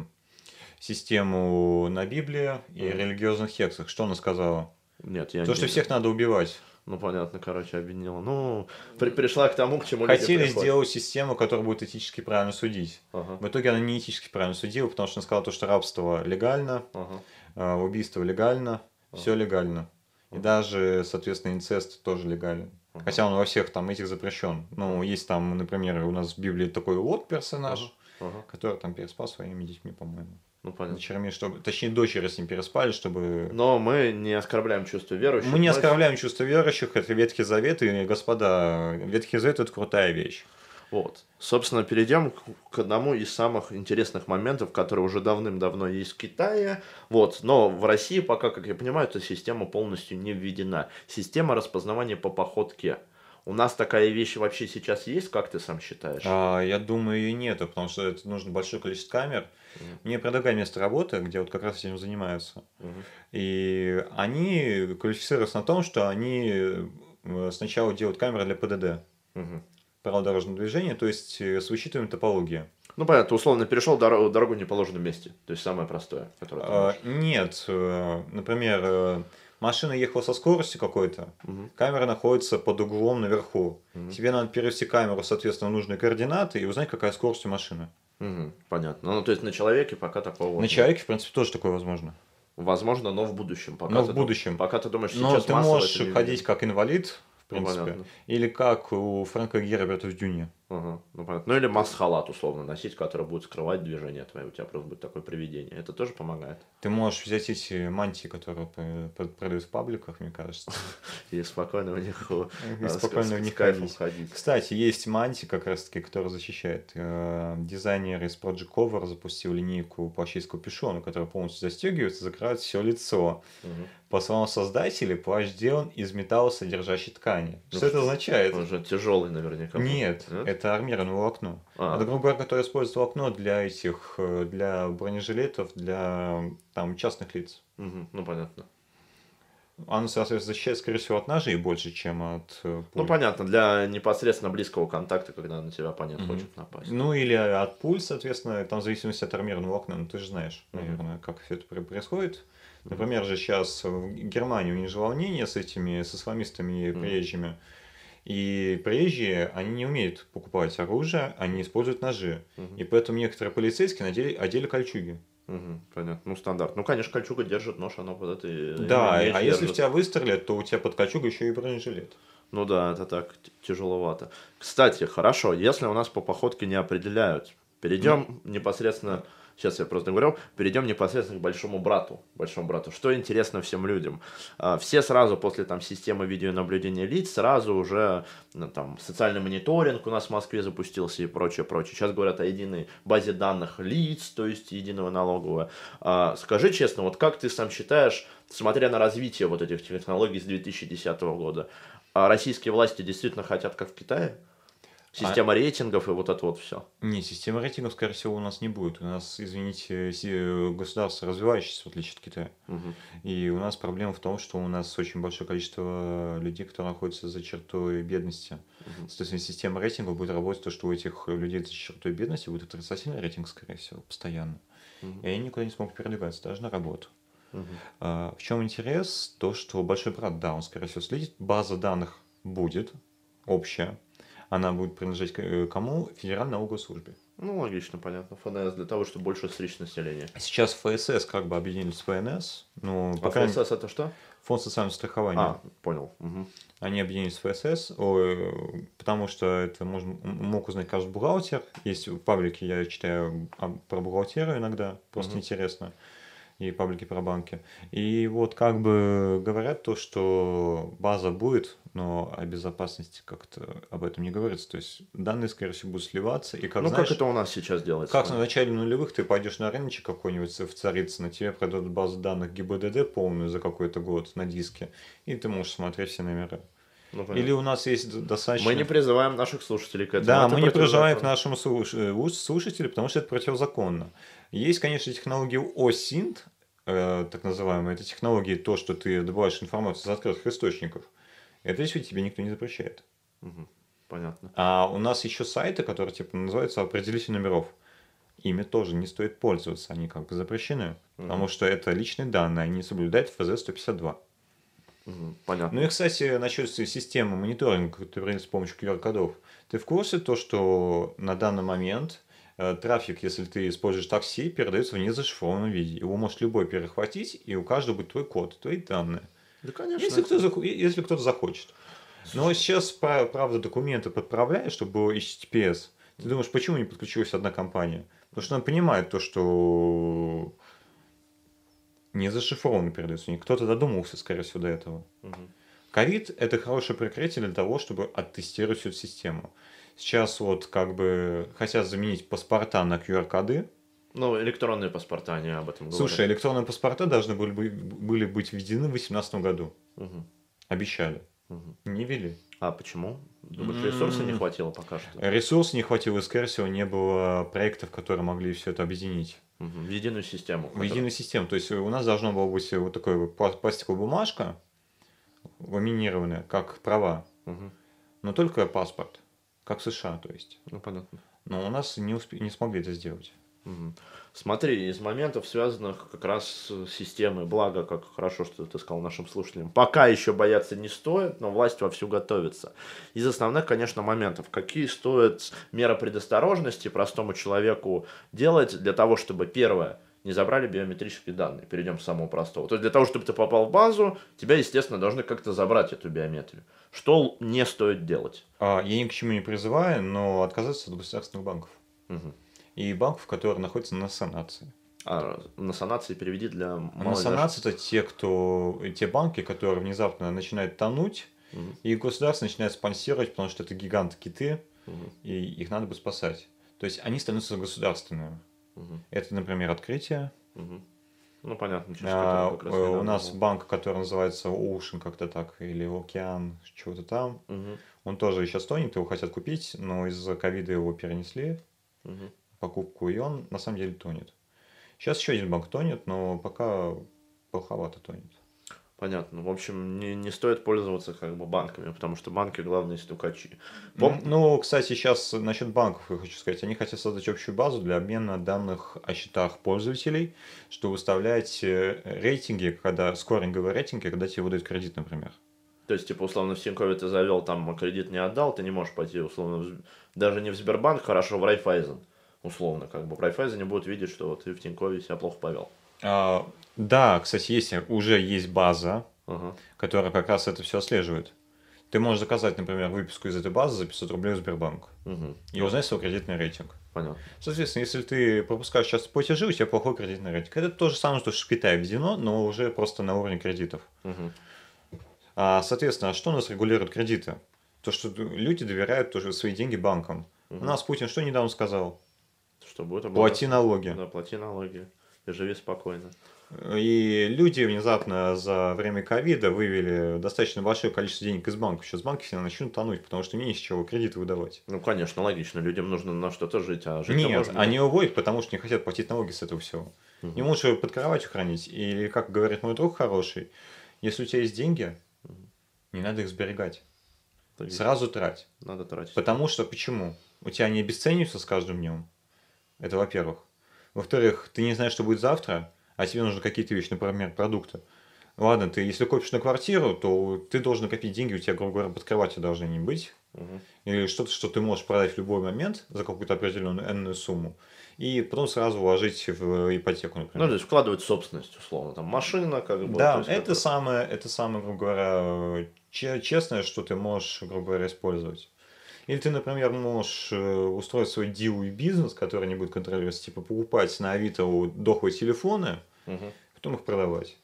[SPEAKER 2] систему на Библии и
[SPEAKER 1] Мгм.
[SPEAKER 2] религиозных текстах. Что она сказала?
[SPEAKER 1] Нет, я
[SPEAKER 2] То,
[SPEAKER 1] не...
[SPEAKER 2] что всех надо убивать.
[SPEAKER 1] Ну, понятно, короче, объединила. Ну, при- пришла к тому, к чему люди
[SPEAKER 2] Хотели
[SPEAKER 1] приходят.
[SPEAKER 2] сделать систему, которая будет этически правильно судить.
[SPEAKER 1] Ага,
[SPEAKER 2] В итоге она не этически правильно судила, потому что она сказала, то, что рабство легально,
[SPEAKER 1] ага.
[SPEAKER 2] э, убийство легально,
[SPEAKER 1] Ага.
[SPEAKER 2] все легально. И
[SPEAKER 1] Ага.
[SPEAKER 2] даже, соответственно, инцест тоже легален.
[SPEAKER 1] Ага.
[SPEAKER 2] Хотя он во всех там этих запрещен. Ну, есть там, например, у нас в Библии такой Лот персонаж,
[SPEAKER 1] Ага.
[SPEAKER 2] который там переспал со своими детьми, по-моему.
[SPEAKER 1] Ну, понятно.
[SPEAKER 2] Дочерьми, чтобы... Точнее, дочери с ним переспали, чтобы...
[SPEAKER 1] Но мы не оскорбляем чувство верующих.
[SPEAKER 2] Мы не
[SPEAKER 1] оскорбляем.
[SPEAKER 2] оскорбляем чувство верующих, это Ветхий Завет, и, господа, Ветхий Завет – это крутая вещь.
[SPEAKER 1] Вот. Собственно, перейдем к, к одному из самых интересных моментов, который уже давным-давно есть в Китае. Вот. Но в России пока, как я понимаю, эта система полностью не введена. Система распознавания по походке. У нас такая вещь вообще сейчас есть, как ты сам считаешь?
[SPEAKER 2] А, я думаю, ее нету, потому что это нужно большое количество камер.
[SPEAKER 1] Мгм.
[SPEAKER 2] Мне предлагали место работы, где вот как раз этим занимаются.
[SPEAKER 1] Мгм.
[SPEAKER 2] И они квалифицируются на том, что они э, сначала делают камеры для ПДД,
[SPEAKER 1] Мгм.
[SPEAKER 2] правил дорожного движения, то есть э, с вычитыванием топологии.
[SPEAKER 1] Ну, понятно, условно перешел дорогу, дорогу в неположенном месте. То есть самое простое, которое ты
[SPEAKER 2] А,
[SPEAKER 1] можешь.
[SPEAKER 2] Нет, э, например, э, машина ехала со скоростью какой-то,
[SPEAKER 1] Мгм.
[SPEAKER 2] камера находится под углом наверху.
[SPEAKER 1] Мгм.
[SPEAKER 2] Тебе надо перевести камеру, соответственно, в нужные координаты и узнать, какая скорость у машины.
[SPEAKER 1] Мгм. Понятно. Ну, то есть на человеке пока такого...
[SPEAKER 2] На
[SPEAKER 1] нет.
[SPEAKER 2] человеке, в принципе, тоже такое возможно.
[SPEAKER 1] Возможно, но в будущем. Пока
[SPEAKER 2] Но
[SPEAKER 1] ты
[SPEAKER 2] в
[SPEAKER 1] дум-
[SPEAKER 2] будущем.
[SPEAKER 1] Пока ты думаешь,
[SPEAKER 2] Но
[SPEAKER 1] сейчас
[SPEAKER 2] ты
[SPEAKER 1] массово это
[SPEAKER 2] можешь
[SPEAKER 1] не видно.
[SPEAKER 2] ходить как инвалид, в
[SPEAKER 1] Ну,
[SPEAKER 2] принципе,
[SPEAKER 1] понятно.
[SPEAKER 2] или как у Фрэнка Герберта в Дюне.
[SPEAKER 1] Ага, ну понятно. Ну или масс-халат условно носить, который будет скрывать движение твое. У тебя просто будет такое привидение. Это тоже помогает.
[SPEAKER 2] Ты можешь взять эти мантии, которые п- п- продают в пабликах, мне кажется.
[SPEAKER 1] И спокойно у них э,
[SPEAKER 2] И
[SPEAKER 1] с-
[SPEAKER 2] спокойно
[SPEAKER 1] с-
[SPEAKER 2] в
[SPEAKER 1] с
[SPEAKER 2] них
[SPEAKER 1] кайфом
[SPEAKER 2] ходить.
[SPEAKER 1] ходить.
[SPEAKER 2] Кстати, есть манти, как раз таки, которая защищает. Э, Дизайнер из Project Cover запустил линейку плащей с капюшоном, которая полностью застегивается и закрывает все лицо.
[SPEAKER 1] Мгм.
[SPEAKER 2] По словам создателей, плащ сделан из металлосодержащей ткани.
[SPEAKER 1] Ну,
[SPEAKER 2] Что это означает?
[SPEAKER 1] Он же тяжелый наверняка. был.
[SPEAKER 2] Нет, это армированное волокно.
[SPEAKER 1] А,
[SPEAKER 2] Это, грубо говоря, которое использует волокно для этих, э, для бронежилетов, для там частных лиц.
[SPEAKER 1] мгм, Ну понятно.
[SPEAKER 2] Оно, соответственно, защищает, скорее всего, от ножей больше, чем от э, пуль.
[SPEAKER 1] Ну понятно, для непосредственно близкого контакта, когда на тебя оппонент
[SPEAKER 2] Мгм.
[SPEAKER 1] хочет напасть.
[SPEAKER 2] Ну, или от пуль, соответственно, там в зависимости от армированного окна, ну, ты же знаешь,
[SPEAKER 1] Мгм.
[SPEAKER 2] наверное, как все это пр- происходит. Например, же сейчас в Германии у них же волнение с этими, с исламистами и
[SPEAKER 1] Мгм.
[SPEAKER 2] приезжими. И приезжие, они не умеют покупать оружие, они используют ножи.
[SPEAKER 1] Мгм.
[SPEAKER 2] И поэтому некоторые полицейские надели, одели кольчуги.
[SPEAKER 1] Мгм, Понятно. Ну стандарт. Ну конечно, кольчуга держит нож, она под это и- и
[SPEAKER 2] да,
[SPEAKER 1] меч
[SPEAKER 2] а если в
[SPEAKER 1] держит.
[SPEAKER 2] тебя выстрелят, то у тебя под кольчугой еще и бронежилет.
[SPEAKER 1] Ну да, это так т- тяжеловато. Кстати, хорошо, если у нас по походке не определяют, перейдем непосредственно, сейчас я просто говорю, перейдем непосредственно к большому брату, большому брату. Что интересно всем людям? А, Все сразу после там системы видеонаблюдения лиц, сразу уже ну, там социальный мониторинг у нас в Москве запустился и прочее, прочее. Сейчас говорят о единой базе данных лиц, то есть единого налогового. А, Скажи честно, вот как ты сам считаешь, смотря на развитие вот этих технологий с 2010 года, а российские власти действительно хотят, как в Китае? Система
[SPEAKER 2] А
[SPEAKER 1] рейтингов и вот это вот все.
[SPEAKER 2] Не, системы рейтингов, скорее всего, у нас не будет. У нас, извините, си- государство развивающееся, в отличие от Китая. И у нас проблема в том, что у нас очень большое количество э, людей, которые находятся за чертой бедности.
[SPEAKER 1] Мгм.
[SPEAKER 2] Соответственно, система рейтингов будет работать то, что у этих людей за чертой бедности будет отрицательный рейтинг, скорее всего, постоянно. И они никуда не смогут передвигаться, даже на работу. А, В чем интерес? То, что Большой Брат, да, он, скорее всего, следит. База данных будет общая. Она будет принадлежать к- э, кому? Федеральной налоговой службе.
[SPEAKER 1] Ну, логично, понятно. ФНС для того, чтобы больше стричь население.
[SPEAKER 2] Сейчас ФСС как бы объединились с ФНС. Ну,
[SPEAKER 1] А
[SPEAKER 2] по крайней мере,
[SPEAKER 1] ФСС это что?
[SPEAKER 2] Фонд социального страхования.
[SPEAKER 1] А, понял. Мгм.
[SPEAKER 2] Они объединились с ФСС, ой, э, потому что это можно, м- мог узнать каждый бухгалтер. Есть в паблике, я читаю об- про бухгалтерию иногда, просто
[SPEAKER 1] Мгм.
[SPEAKER 2] интересно. и паблики про банки. И вот как бы говорят то, что база будет, но о безопасности как-то об этом не говорится. То есть данные, скорее всего, будут сливаться. И как,
[SPEAKER 1] ну,
[SPEAKER 2] знаешь,
[SPEAKER 1] как это у нас сейчас делается?
[SPEAKER 2] как на начале нулевых ты пойдешь на рыночек какой-нибудь в Царицыно, тебе продадут базу данных ГИБДД полную за какой-то год на диске, и ты можешь смотреть все номера.
[SPEAKER 1] Ну, понятно.
[SPEAKER 2] Или у нас есть д- достаточно...
[SPEAKER 1] Мы не призываем наших слушателей к этому.
[SPEAKER 2] Да,
[SPEAKER 1] Это
[SPEAKER 2] мы не прижимаем к
[SPEAKER 1] противозаконно.
[SPEAKER 2] нашему слуш- э, уш- слушателю, потому что это противозаконно. Есть, конечно, технологии OSINT, э, так называемые, это технологии то, что ты добываешь информацию из открытых источников. Это действительно тебе никто не запрещает.
[SPEAKER 1] Мгм. Понятно.
[SPEAKER 2] А у нас еще сайты, которые типа называются определитель номеров. Ими тоже не стоит пользоваться, они как бы запрещены.
[SPEAKER 1] Мгм.
[SPEAKER 2] Потому что это личные данные, они не соблюдают ФЗ-152.
[SPEAKER 1] Мгм. Понятно.
[SPEAKER 2] Ну и, кстати, насчет с- системы мониторинга, которую ты принял с помощью QR-кодов. Ты в курсе то, что на данный момент э, трафик, если ты используешь такси, передается в незашифрованном виде. Его может любой перехватить, и у каждого будет твой код, твои данные.
[SPEAKER 1] Да, конечно.
[SPEAKER 2] Ну, Если, кто захо- и- если кто-то захочет. Но сейчас, пра- правда, документы подправляют, чтобы было HTTPS. Ты думаешь, почему не подключилась одна компания? Потому что она понимает то, что не зашифрованно передается. И Кто-то додумался, скорее всего, до этого.
[SPEAKER 1] Мгм.
[SPEAKER 2] Ковид – это хорошее прикрытие для того, чтобы оттестировать всю эту систему. Сейчас вот как бы хотят заменить паспорта на QR-коды.
[SPEAKER 1] Ну, электронные паспорта, они об этом говорят.
[SPEAKER 2] Слушай, электронные паспорта должны были, бы- были быть введены в 2018 году.
[SPEAKER 1] Мгм.
[SPEAKER 2] Обещали.
[SPEAKER 1] Мгм.
[SPEAKER 2] Не вели.
[SPEAKER 1] А почему? Думаешь, ресурса не
[SPEAKER 2] М. Э.
[SPEAKER 1] хватило пока что?
[SPEAKER 2] Ресурс не хватило, и, скорее всего, не было проектов, которые могли все это объединить.
[SPEAKER 1] Мгм. В единую систему.
[SPEAKER 2] В единую систему. То есть у нас должна была быть вот такая вот пла- пластиковая бумажка, ламинированная, как права,
[SPEAKER 1] Мгм.
[SPEAKER 2] но только паспорт, как в США, то есть.
[SPEAKER 1] Ну, понятно.
[SPEAKER 2] Но у нас не, успе- не смогли это сделать.
[SPEAKER 1] Мгм. Смотри, из моментов, связанных как раз с системой, благо, как хорошо, что ты сказал нашим слушателям, пока еще бояться не стоит, но власть вовсю готовится. Из основных, конечно, моментов, какие стоит меры предосторожности простому человеку делать для того, чтобы, первое, не забрали биометрические данные, перейдем с самого простого. То есть для того, чтобы ты попал в базу, тебя, естественно, должны как-то забрать эту биометрию. Что л- не стоит делать?
[SPEAKER 2] А, Я ни к чему не призываю, но отказаться от государственных банков.
[SPEAKER 1] Мгм.
[SPEAKER 2] И банков, которые находятся на санации.
[SPEAKER 1] А, на санации переведи для
[SPEAKER 2] А
[SPEAKER 1] малоимущих.
[SPEAKER 2] на санации это те, кто, те банки, которые внезапно начинают тонуть,
[SPEAKER 1] Мгм.
[SPEAKER 2] и государство начинает спонсировать, потому что это гиганты киты,
[SPEAKER 1] Мгм.
[SPEAKER 2] и их надо бы спасать. То есть они становятся государственными.
[SPEAKER 1] Мгм.
[SPEAKER 2] Это, например, открытие.
[SPEAKER 1] Мгм. Ну, понятно. через
[SPEAKER 2] А,
[SPEAKER 1] которую как раз
[SPEAKER 2] э, у
[SPEAKER 1] недавно
[SPEAKER 2] нас
[SPEAKER 1] был.
[SPEAKER 2] банк, который называется Ocean как-то так, или Океан, чего-то там.
[SPEAKER 1] Мгм.
[SPEAKER 2] Он тоже сейчас тонет, его хотят купить, но из-за ковида его перенесли.
[SPEAKER 1] Мгм.
[SPEAKER 2] покупку, и он на самом деле тонет. Сейчас еще один банк тонет, но пока плоховато тонет.
[SPEAKER 1] Понятно. В общем, не, не стоит пользоваться как бы банками, потому что банки главные стукачи. Пом-
[SPEAKER 2] М, Ну, кстати, сейчас насчет банков я хочу сказать. Они хотят создать общую базу для обмена данных о счетах пользователей, что выставлять э, рейтинги, когда скоринговые рейтинги, когда тебе выдают кредит, например.
[SPEAKER 1] То есть, типа, условно, в Тинькове ты завел, там кредит не отдал, ты не можешь пойти, условно, в З- даже не в Сбербанк, хорошо, в Райфайзен. Условно, как бы в Райфайзене будут видеть, что ты в Тинькове себя плохо повел.
[SPEAKER 2] А, да, кстати, есть, уже есть база,
[SPEAKER 1] Ага.
[SPEAKER 2] которая как раз это все отслеживает. Ты можешь заказать, например, выписку из этой базы за 500 рублей в Сбербанк
[SPEAKER 1] Мгм.
[SPEAKER 2] и узнать свой кредитный рейтинг.
[SPEAKER 1] Понятно.
[SPEAKER 2] Соответственно, если ты пропускаешь сейчас платежи, у тебя плохой кредитный рейтинг. Это то же самое, что в Китае введено, но уже просто на уровне кредитов.
[SPEAKER 1] Мгм.
[SPEAKER 2] А, соответственно, а что у нас регулирует кредиты? То, что д- люди доверяют тоже свои деньги банкам. У
[SPEAKER 1] Мгм.
[SPEAKER 2] нас Путин что недавно сказал?
[SPEAKER 1] Что будет?
[SPEAKER 2] Плати
[SPEAKER 1] облагаться?
[SPEAKER 2] налоги.
[SPEAKER 1] Да, плати налоги. И живи спокойно.
[SPEAKER 2] И люди внезапно за время ковида вывели достаточно большое количество денег из банков. Сейчас банки все начнут тонуть, потому что не из чего кредит выдавать.
[SPEAKER 1] Ну, конечно, логично. Людям нужно на что-то жить, а жить
[SPEAKER 2] Нет, они уводят, потому что не хотят платить налоги с этого всего.
[SPEAKER 1] Мгм.
[SPEAKER 2] Им лучше под кроватью хранить. Или, как говорит мой друг хороший, если у тебя есть деньги, не надо их сберегать. Сразу трать.
[SPEAKER 1] Надо тратить.
[SPEAKER 2] Потому что почему? У тебя они обесцениваются с каждым днем. Это во-первых. Во-вторых, ты не знаешь, что будет завтра, а тебе нужны какие-то вещи, например, продукты. Ладно, ты если копишь на квартиру, то ты должен копить деньги, у тебя, грубо говоря, под кроватью должны не быть
[SPEAKER 1] Мгм.
[SPEAKER 2] или что-то, что ты можешь продать в любой момент за какую-то определенную энную сумму, и потом сразу вложить в ипотеку,
[SPEAKER 1] Ну,
[SPEAKER 2] например.
[SPEAKER 1] то есть вкладывать в собственность, условно. Там машина, как бы.
[SPEAKER 2] да,
[SPEAKER 1] то есть
[SPEAKER 2] это
[SPEAKER 1] как-то-
[SPEAKER 2] самое, это самое, грубо говоря, че- честное, что ты можешь, грубо говоря, использовать. Или ты, например, можешь э, устроить свой диловый бизнес, который не будет контролироваться, типа покупать на Авито у- дохлые телефоны,
[SPEAKER 1] Мгм.
[SPEAKER 2] потом их продавать,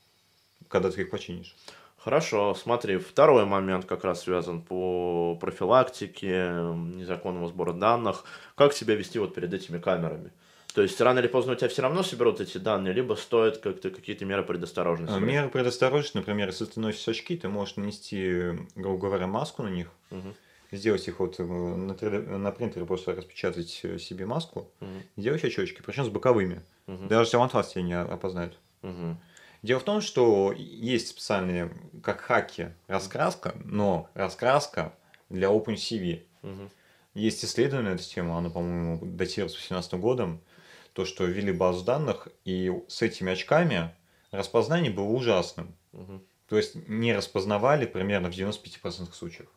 [SPEAKER 2] когда ты их починишь.
[SPEAKER 1] Хорошо, смотри, второй момент как раз связан по профилактике, незаконного сбора данных. Как себя вести вот перед этими камерами? То есть рано или поздно у тебя все равно соберут эти данные, либо стоит как-то какие-то меры предосторожности.
[SPEAKER 2] А,
[SPEAKER 1] брать?
[SPEAKER 2] Меры предосторожности, например, если ты носишь очки, ты можешь нанести, грубо говоря, маску на них,
[SPEAKER 1] Мгм,
[SPEAKER 2] сделать их вот э, на, 3D на принтере просто распечатать э, себе маску,
[SPEAKER 1] мгм,
[SPEAKER 2] и делать очечки, причем с боковыми.
[SPEAKER 1] Мгм.
[SPEAKER 2] Даже Савантас тебя не опознают.
[SPEAKER 1] мгм.
[SPEAKER 2] Дело в том, что есть специальные, как хаки, раскраска, но раскраска для OpenCV.
[SPEAKER 1] Мгм.
[SPEAKER 2] Есть исследование на эту тему, оно, по-моему, датируется 2018 годом, то, что ввели базу данных, и с этими очками распознание было ужасным.
[SPEAKER 1] Мгм.
[SPEAKER 2] То есть не распознавали примерно в 95% случаев.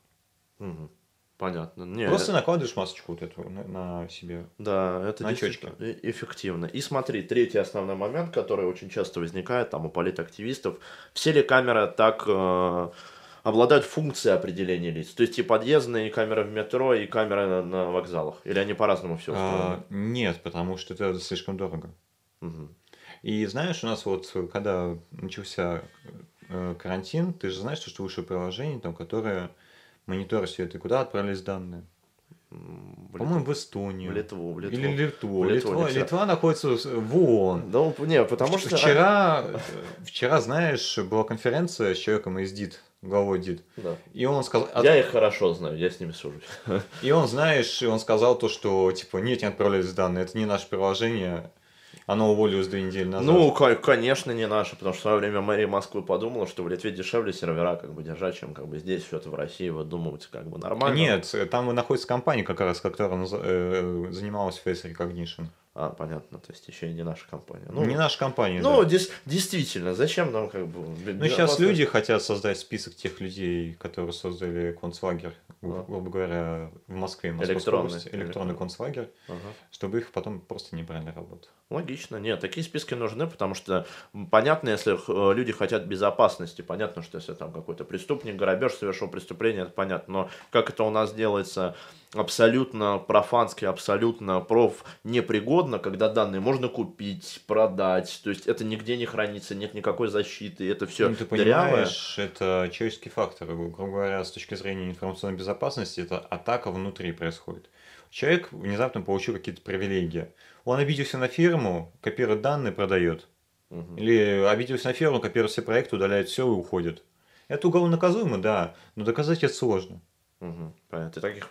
[SPEAKER 1] Мгм. Понятно. Не,
[SPEAKER 2] Просто накладываешь масочку вот эту на, на себе.
[SPEAKER 1] Да, это
[SPEAKER 2] На
[SPEAKER 1] действительно э- эффективно. И смотри, третий основной момент, который очень часто возникает там у политактивистов. Все ли камеры так э, обладают функцией определения лиц? То есть и подъездные, и камеры в метро, и камеры на, на вокзалах? Или они по-разному все устроены?
[SPEAKER 2] А, нет, потому что это слишком дорого.
[SPEAKER 1] Мгм.
[SPEAKER 2] И знаешь, у нас вот, э, когда начался э, карантин, ты же знаешь, что, что вышло приложение, там, которое мониторит все это, и куда отправились данные.
[SPEAKER 1] М, в
[SPEAKER 2] По-моему,
[SPEAKER 1] Литву,
[SPEAKER 2] в
[SPEAKER 1] в
[SPEAKER 2] Эстонию.
[SPEAKER 1] Литву, в Литву.
[SPEAKER 2] Или Литву.
[SPEAKER 1] В Литву
[SPEAKER 2] Литва,
[SPEAKER 1] нельзя.
[SPEAKER 2] Литва находится с- в ООН.
[SPEAKER 1] Ну, не, потому что...
[SPEAKER 2] Вчера, э, вчера, знаешь, была конференция с человеком из ДИД, главой ДИД.
[SPEAKER 1] Да.
[SPEAKER 2] И он сказал... а,
[SPEAKER 1] Я их хорошо знаю, я с ними сужусь.
[SPEAKER 2] И он, знаешь, и он сказал то, что, типа, нет, не отправлялись данные, это не наше приложение, оно уволилось две недели назад.
[SPEAKER 1] Ну, ко- конечно, не наши, потому что в свое время мэрия Москвы подумала, что в Литве дешевле сервера как бы держать, чем как бы здесь все это в России выдумывать как бы нормально.
[SPEAKER 2] Нет, э, там находится компания, как раз, которая наз- э, занималась Face Recognition.
[SPEAKER 1] А, понятно, то есть еще и не наша компания. Ну,
[SPEAKER 2] Ну, не наша компания,
[SPEAKER 1] ну
[SPEAKER 2] да.
[SPEAKER 1] дес- действительно, зачем нам как бы...
[SPEAKER 2] Ну, сейчас люди хотят создать список тех людей, которые создали концлагерь, гру-
[SPEAKER 1] А.
[SPEAKER 2] грубо говоря, в Москве, Московской
[SPEAKER 1] Электронный.
[SPEAKER 2] области, электронный
[SPEAKER 1] Электронный.
[SPEAKER 2] концлагерь,
[SPEAKER 1] Ага.
[SPEAKER 2] чтобы их потом просто не брали на работу.
[SPEAKER 1] Логично, нет, такие списки нужны, потому что м, понятно, если э, люди хотят безопасности, понятно, что если там какой-то преступник, грабеж совершил преступление, это понятно, но как это у нас делается абсолютно профански, абсолютно проф непригодно, когда данные можно купить, продать, то есть это нигде не хранится, нет никакой защиты, это все
[SPEAKER 2] ну, ты понимаешь, это человеческий фактор. Грубо говоря, с точки зрения информационной безопасности, это атака внутри происходит. Человек внезапно получил какие-то привилегии. Он обиделся на фирму, копирует данные, продает. Или обиделся на фирму, копирует все проекты, удаляет все и уходит. Это уголовно наказуемо, да, но доказать это сложно.
[SPEAKER 1] Мгм, понятно. И таких,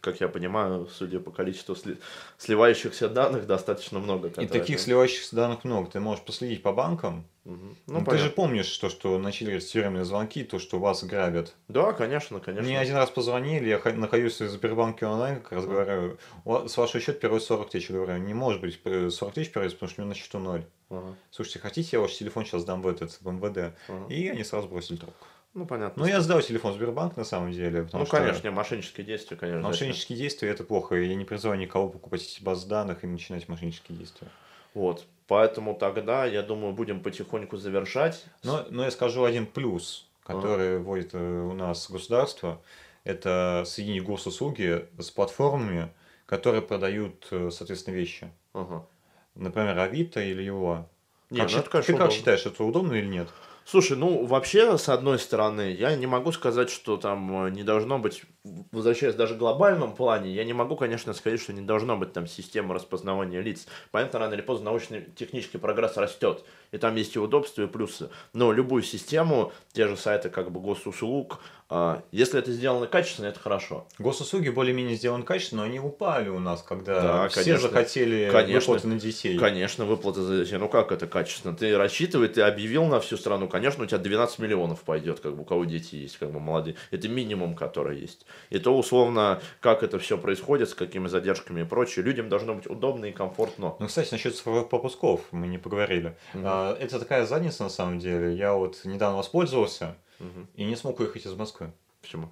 [SPEAKER 1] как я понимаю, судя по количеству сли- сливающихся данных, достаточно много.
[SPEAKER 2] И
[SPEAKER 1] которые-
[SPEAKER 2] таких сливающихся данных много. Ты можешь последить по банкам.
[SPEAKER 1] Мгм.
[SPEAKER 2] Ну,
[SPEAKER 1] Ну,
[SPEAKER 2] ты
[SPEAKER 1] понятно.
[SPEAKER 2] же помнишь то, что начали тюремные звонки, то, что вас грабят.
[SPEAKER 1] Да, конечно, конечно.
[SPEAKER 2] Мне один раз позвонили, я ха- нахожусь в Сбербанке онлайн, как раз говорю, «У вас- с вашего счета первые 40 тысяч. Я говорю, не может быть э, 40 тысяч первые, потому что у меня на счету ноль.
[SPEAKER 1] Ага,
[SPEAKER 2] Слушайте, хотите, я ваш телефон сейчас дам в этот, в МВД?
[SPEAKER 1] ага.
[SPEAKER 2] И они сразу бросили трубку.
[SPEAKER 1] Ну, понятно.
[SPEAKER 2] Но я сдал телефон в Сбербанк, на самом деле, потому
[SPEAKER 1] ну,
[SPEAKER 2] что
[SPEAKER 1] конечно, не, мошеннические действия, конечно. зачем?
[SPEAKER 2] мошеннические действия – это плохо. и Я не призываю никого покупать эти базы данных и начинать мошеннические действия.
[SPEAKER 1] Вот. Поэтому тогда, я думаю, будем потихоньку завершать.
[SPEAKER 2] Но, но я скажу один плюс, который вводит э, у нас государство, это соединить госуслуги с платформами, которые продают, э, соответственно, вещи.
[SPEAKER 1] Ага.
[SPEAKER 2] Например, Авито или его.
[SPEAKER 1] Не,
[SPEAKER 2] как
[SPEAKER 1] ну
[SPEAKER 2] счит-
[SPEAKER 1] это, конечно,
[SPEAKER 2] ты как
[SPEAKER 1] удобно.
[SPEAKER 2] считаешь, это удобно или нет?
[SPEAKER 1] Слушай, ну вообще, с одной стороны, я не могу сказать, что там э, не должно быть, возвращаясь даже в глобальном плане, я не могу, конечно, сказать, что не должно быть там системы распознавания лиц. Понятно, рано или поздно научно-технический прогресс растет, и там есть и удобства, и плюсы. Но любую систему, те же сайты как бы госуслуг, а, если это сделано качественно, это хорошо.
[SPEAKER 2] Госуслуги более-менее сделаны качественно, но они упали у нас, когда
[SPEAKER 1] Да,
[SPEAKER 2] все
[SPEAKER 1] конечно.
[SPEAKER 2] захотели
[SPEAKER 1] Конечно.
[SPEAKER 2] выплаты на детей.
[SPEAKER 1] Конечно, выплаты за детей. Ну как это качественно? Ты рассчитывай, ты объявил на всю страну. Конечно, у тебя 12 миллионов пойдет, как бы у кого дети есть, как бы молодые. Это минимум, который есть. И то условно, как это все происходит, с какими задержками и прочее. Людям должно быть удобно и комфортно.
[SPEAKER 2] Ну, кстати, насчет цифровых пропусков мы не поговорили.
[SPEAKER 1] Мгм.
[SPEAKER 2] А, это такая задница, на самом деле. Я вот недавно воспользовался
[SPEAKER 1] Мгм.
[SPEAKER 2] и не смог уехать из Москвы.
[SPEAKER 1] Почему?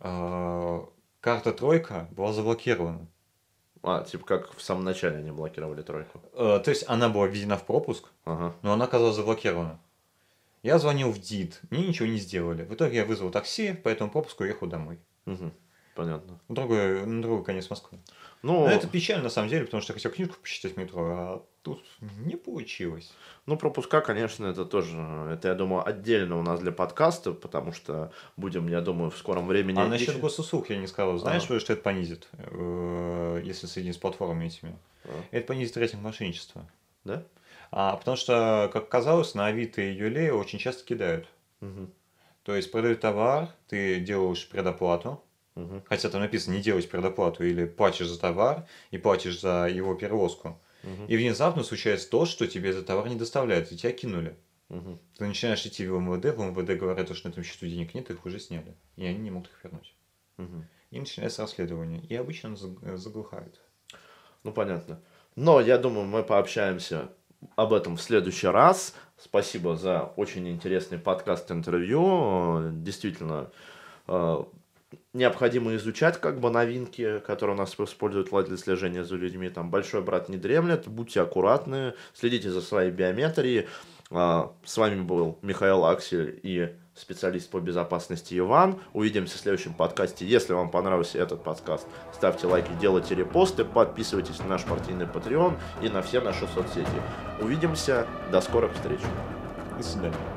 [SPEAKER 2] А, карта тройка была заблокирована.
[SPEAKER 1] А, типа как в самом начале они блокировали тройку.
[SPEAKER 2] Э, то есть она была введена в пропуск,
[SPEAKER 1] Ага.
[SPEAKER 2] но она оказалась заблокирована. Я звонил в ДИД, мне ничего не сделали. В итоге я вызвал такси, по этому пропуску уехал домой.
[SPEAKER 1] Мгм. Понятно.
[SPEAKER 2] Другой, на другой конец Москвы.
[SPEAKER 1] Ну,
[SPEAKER 2] Но это печально на самом деле, потому что я хотел книжку почитать в метро, а тут не получилось.
[SPEAKER 1] ну, пропуска, конечно, это тоже, это, я думаю, отдельно у нас для подкаста, потому что будем, я думаю, в скором времени...
[SPEAKER 2] а насчет
[SPEAKER 1] ещё-
[SPEAKER 2] госуслуг я не сказал. Знаешь,
[SPEAKER 1] Ага.
[SPEAKER 2] что это понизит, э, если соединить с платформами этими?
[SPEAKER 1] А.
[SPEAKER 2] Это понизит рейтинг мошенничества.
[SPEAKER 1] Да?
[SPEAKER 2] А, потому что, как казалось, на Авито и Юле очень часто кидают.
[SPEAKER 1] Мгм.
[SPEAKER 2] То есть продают товар, ты делаешь предоплату,
[SPEAKER 1] Мгм.
[SPEAKER 2] хотя там написано не делать предоплату, или платишь за товар и платишь за его перевозку.
[SPEAKER 1] Мгм.
[SPEAKER 2] И внезапно случается то, что тебе этот товар не доставляют, и тебя кинули.
[SPEAKER 1] Мгм.
[SPEAKER 2] Ты начинаешь идти в МВД, в МВД говорят, что на этом счету денег нет, их уже сняли. И они не могут их вернуть.
[SPEAKER 1] Мгм.
[SPEAKER 2] И начинается расследование. И обычно оно заг- заглухает.
[SPEAKER 1] Ну, понятно. Но я думаю, мы пообщаемся об этом в следующий раз. Спасибо за очень интересный подкаст-интервью. Э, Действительно, э, необходимо изучать как бы новинки, которые у нас используют лад для слежения за людьми. Там большой брат не дремлет, будьте аккуратны, следите за своей биометрией. А, С вами был Михаил Аксель и специалист по безопасности Иван. Увидимся в следующем подкасте. Если вам понравился этот подкаст, ставьте лайки, делайте репосты, подписывайтесь на наш партийный Patreon и на все наши соцсети. Увидимся, до скорых встреч.
[SPEAKER 2] До свидания.